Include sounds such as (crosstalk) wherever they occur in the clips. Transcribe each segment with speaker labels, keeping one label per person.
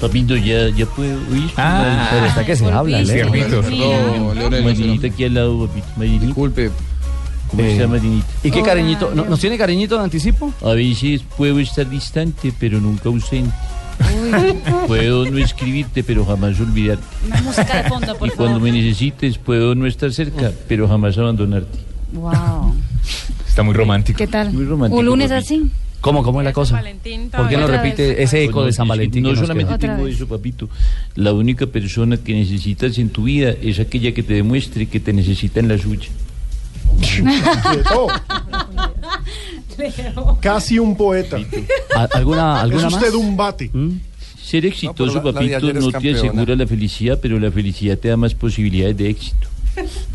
Speaker 1: Papito, ya, ya puedo ir.
Speaker 2: Ah, pero está que se
Speaker 3: Ay,
Speaker 2: habla,
Speaker 3: volviste.
Speaker 2: Leo.
Speaker 4: Cierrito.
Speaker 3: Mira.
Speaker 4: No, Leonel, no,
Speaker 1: Marinita aquí al lado, papito. Marinita.
Speaker 4: Disculpe.
Speaker 1: ¿Cómo
Speaker 2: Eh.
Speaker 1: está Marinita?
Speaker 2: ¿Y qué
Speaker 3: Hola,
Speaker 2: cariñito? ¿No-
Speaker 3: Leo.
Speaker 2: ¿Nos tiene cariñito de anticipo?
Speaker 1: A veces puedo estar distante, pero nunca ausente.
Speaker 3: Uy,
Speaker 1: (laughs) Puedo no escribirte, pero jamás olvidarte.
Speaker 3: una música de (laughs) fondo, por
Speaker 1: Y cuando
Speaker 3: favor.
Speaker 1: me necesites, puedo no estar cerca, pero jamás abandonarte.
Speaker 3: Wow.
Speaker 4: Está muy romántico.
Speaker 3: ¿Qué tal?
Speaker 1: Muy romántico,
Speaker 3: ¿Un lunes
Speaker 1: papi.
Speaker 3: así?
Speaker 2: ¿Cómo, cómo es la cosa?
Speaker 5: Valentín,
Speaker 2: ¿Por qué no
Speaker 3: Otra vez.
Speaker 2: repite ese eco
Speaker 1: No,
Speaker 2: de
Speaker 1: es
Speaker 2: San
Speaker 1: que
Speaker 2: Valentín?
Speaker 1: No
Speaker 2: que nos
Speaker 1: solamente
Speaker 2: quedó?
Speaker 3: Otra
Speaker 1: tengo
Speaker 3: vez.
Speaker 1: eso, papito. La única persona que necesitas en tu vida es aquella que te demuestre que te necesita en la suya.
Speaker 6: Quieto. Casi un poeta.
Speaker 2: ¿A- ¿Alguna,
Speaker 6: ¿Es
Speaker 2: alguna más?
Speaker 6: usted un bate?
Speaker 1: Ser exitoso,
Speaker 4: pero la- la de
Speaker 1: papito,
Speaker 4: ayer es
Speaker 1: no te
Speaker 4: campeona.
Speaker 1: asegura la felicidad, pero la felicidad te da más posibilidades de éxito.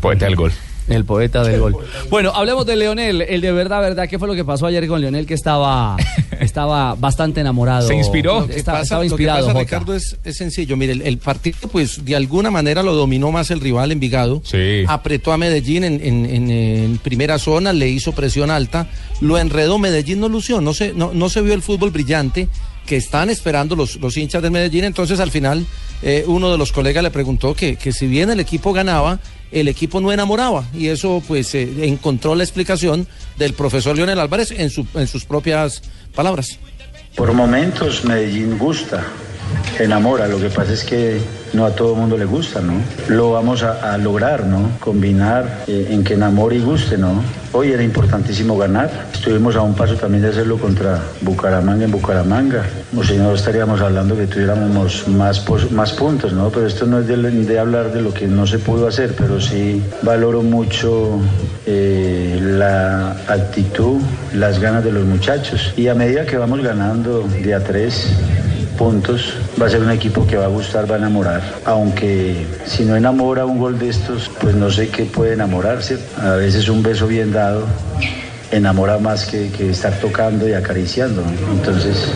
Speaker 4: Poeta del gol.
Speaker 2: El poeta del gol. Bueno, hablemos de Leonel, el de verdad, verdad. ¿Qué fue lo que pasó ayer con Leonel que estaba, estaba bastante enamorado?
Speaker 4: Se inspiró.
Speaker 2: Lo que está- estaba
Speaker 7: lo que
Speaker 2: inspirado,
Speaker 7: pasa,
Speaker 2: Jota.
Speaker 7: Ricardo, es, es sencillo. Mire, el, el partido, pues, de alguna manera lo dominó más el rival Envigado.
Speaker 4: Sí.
Speaker 7: Apretó a Medellín en, en- en- en primera zona, le hizo presión alta, lo enredó. Medellín no lució, no se, no, no se vio el fútbol brillante que están esperando los, los hinchas de Medellín. Entonces, al final, eh, uno de los colegas le preguntó que, que si bien el equipo ganaba, el equipo no enamoraba. Y eso, pues, eh, encontró la explicación del profesor Leonel Álvarez en, su- en sus propias palabras.
Speaker 8: Por momentos Medellín gusta, enamora, lo que pasa es que no a todo el mundo le gusta, ¿no? Lo vamos a, a lograr, ¿no? Combinar eh, en que enamore y guste, ¿no? Hoy era importantísimo ganar, estuvimos a un paso también de hacerlo contra Bucaramanga en Bucaramanga, o si no estaríamos hablando que tuviéramos más, pos- más puntos, ¿no? Pero esto no es de, de hablar de lo que no se pudo hacer, pero sí valoro mucho eh, la actitud, las ganas de los muchachos. Y a medida que vamos ganando de a tres puntos, va a ser un equipo que va a gustar, va a enamorar. Aunque si no enamora un gol de estos, pues no sé qué puede enamorarse. A veces un beso bien dado enamora más que, que estar tocando y acariciando. ¿no? Entonces,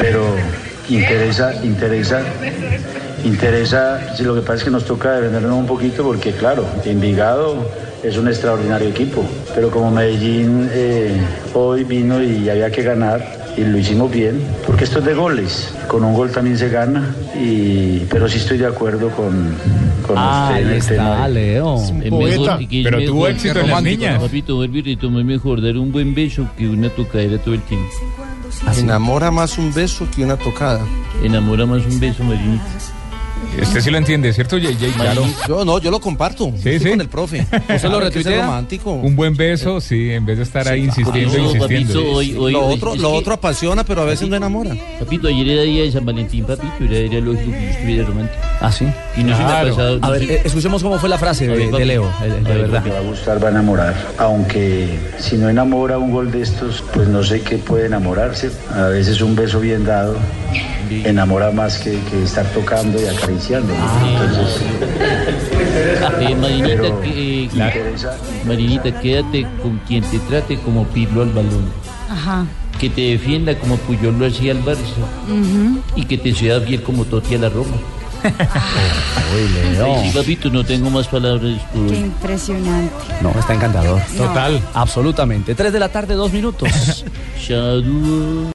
Speaker 8: pero interesa, interesa, interesa, si lo que pasa es que nos toca defendernos un poquito porque claro, Envigado es un extraordinario equipo, pero como Medellín eh, hoy vino y había que ganar y lo hicimos bien, porque esto es de goles, con un gol también se gana, y, pero sí estoy de acuerdo con, con usted
Speaker 2: Ah, Ahí
Speaker 8: en el tema
Speaker 2: está,
Speaker 8: de-
Speaker 2: Leo.
Speaker 1: Es
Speaker 6: Poeta.
Speaker 1: mejor que es
Speaker 4: Pero tuvo
Speaker 1: mejor-
Speaker 4: éxito en las
Speaker 7: romántico,
Speaker 4: niñas.
Speaker 1: Papito, vuelvo y retomo, es mejor dar un buen beso que una tocadera todo el tiempo.
Speaker 7: Enamora más un beso que una tocada.
Speaker 1: Enamora más un beso, Marinita.
Speaker 4: Usted Este sí lo entiende, ¿cierto, JJ? Claro.
Speaker 7: Yo no, yo lo comparto.
Speaker 4: Sí,
Speaker 7: Estoy
Speaker 4: sí.
Speaker 7: con el profe.
Speaker 2: ¿Usted lo
Speaker 7: Claro que es
Speaker 2: retuitea?
Speaker 7: romántico.
Speaker 4: Un buen beso, sí, en vez de estar ahí insistiendo,
Speaker 1: No, papito,
Speaker 4: insistiendo.
Speaker 1: hoy, hoy,
Speaker 7: lo
Speaker 1: hoy-
Speaker 7: otro,
Speaker 1: es
Speaker 7: lo
Speaker 1: que-
Speaker 7: otro apasiona, pero a veces no enamora.
Speaker 1: Papito, ayer era día de San Valentín, papito, era, era lógico que yo estuviera romántico.
Speaker 2: ¿Ah, sí?
Speaker 1: Y no se me ha
Speaker 4: Claro.
Speaker 1: pasado.
Speaker 2: A
Speaker 1: no
Speaker 2: ver,
Speaker 1: se-
Speaker 2: eh, escuchemos cómo fue la frase
Speaker 1: A
Speaker 2: de,
Speaker 1: ver,
Speaker 2: de
Speaker 1: papi.
Speaker 2: Leo, el- el
Speaker 1: A
Speaker 2: de
Speaker 1: ver,
Speaker 2: verdad.
Speaker 1: papi.
Speaker 8: Le va a gustar, va a enamorar. Aunque si no enamora un gol de estos, pues no sé qué puede enamorarse. A veces un beso bien dado enamora más que, que estar tocando y acariciando. ¿no? Entonces,
Speaker 1: Eh, Marinita,
Speaker 8: Pero-
Speaker 1: que- eh,
Speaker 4: La-
Speaker 8: interesa-
Speaker 1: Marinita, quédate con quien te trate como Pirlo al balón,
Speaker 3: Ajá.
Speaker 1: que te defienda como Puyol lo hacía al Barça y que te sea fiel como Totti a la Roma. Ay, sí, papito, no tengo más palabras. por
Speaker 3: Qué
Speaker 1: hoy.
Speaker 3: impresionante.
Speaker 2: No, está encantador.
Speaker 3: Total.
Speaker 2: Absolutamente. Tres de la tarde, dos minutos.
Speaker 1: Saludos.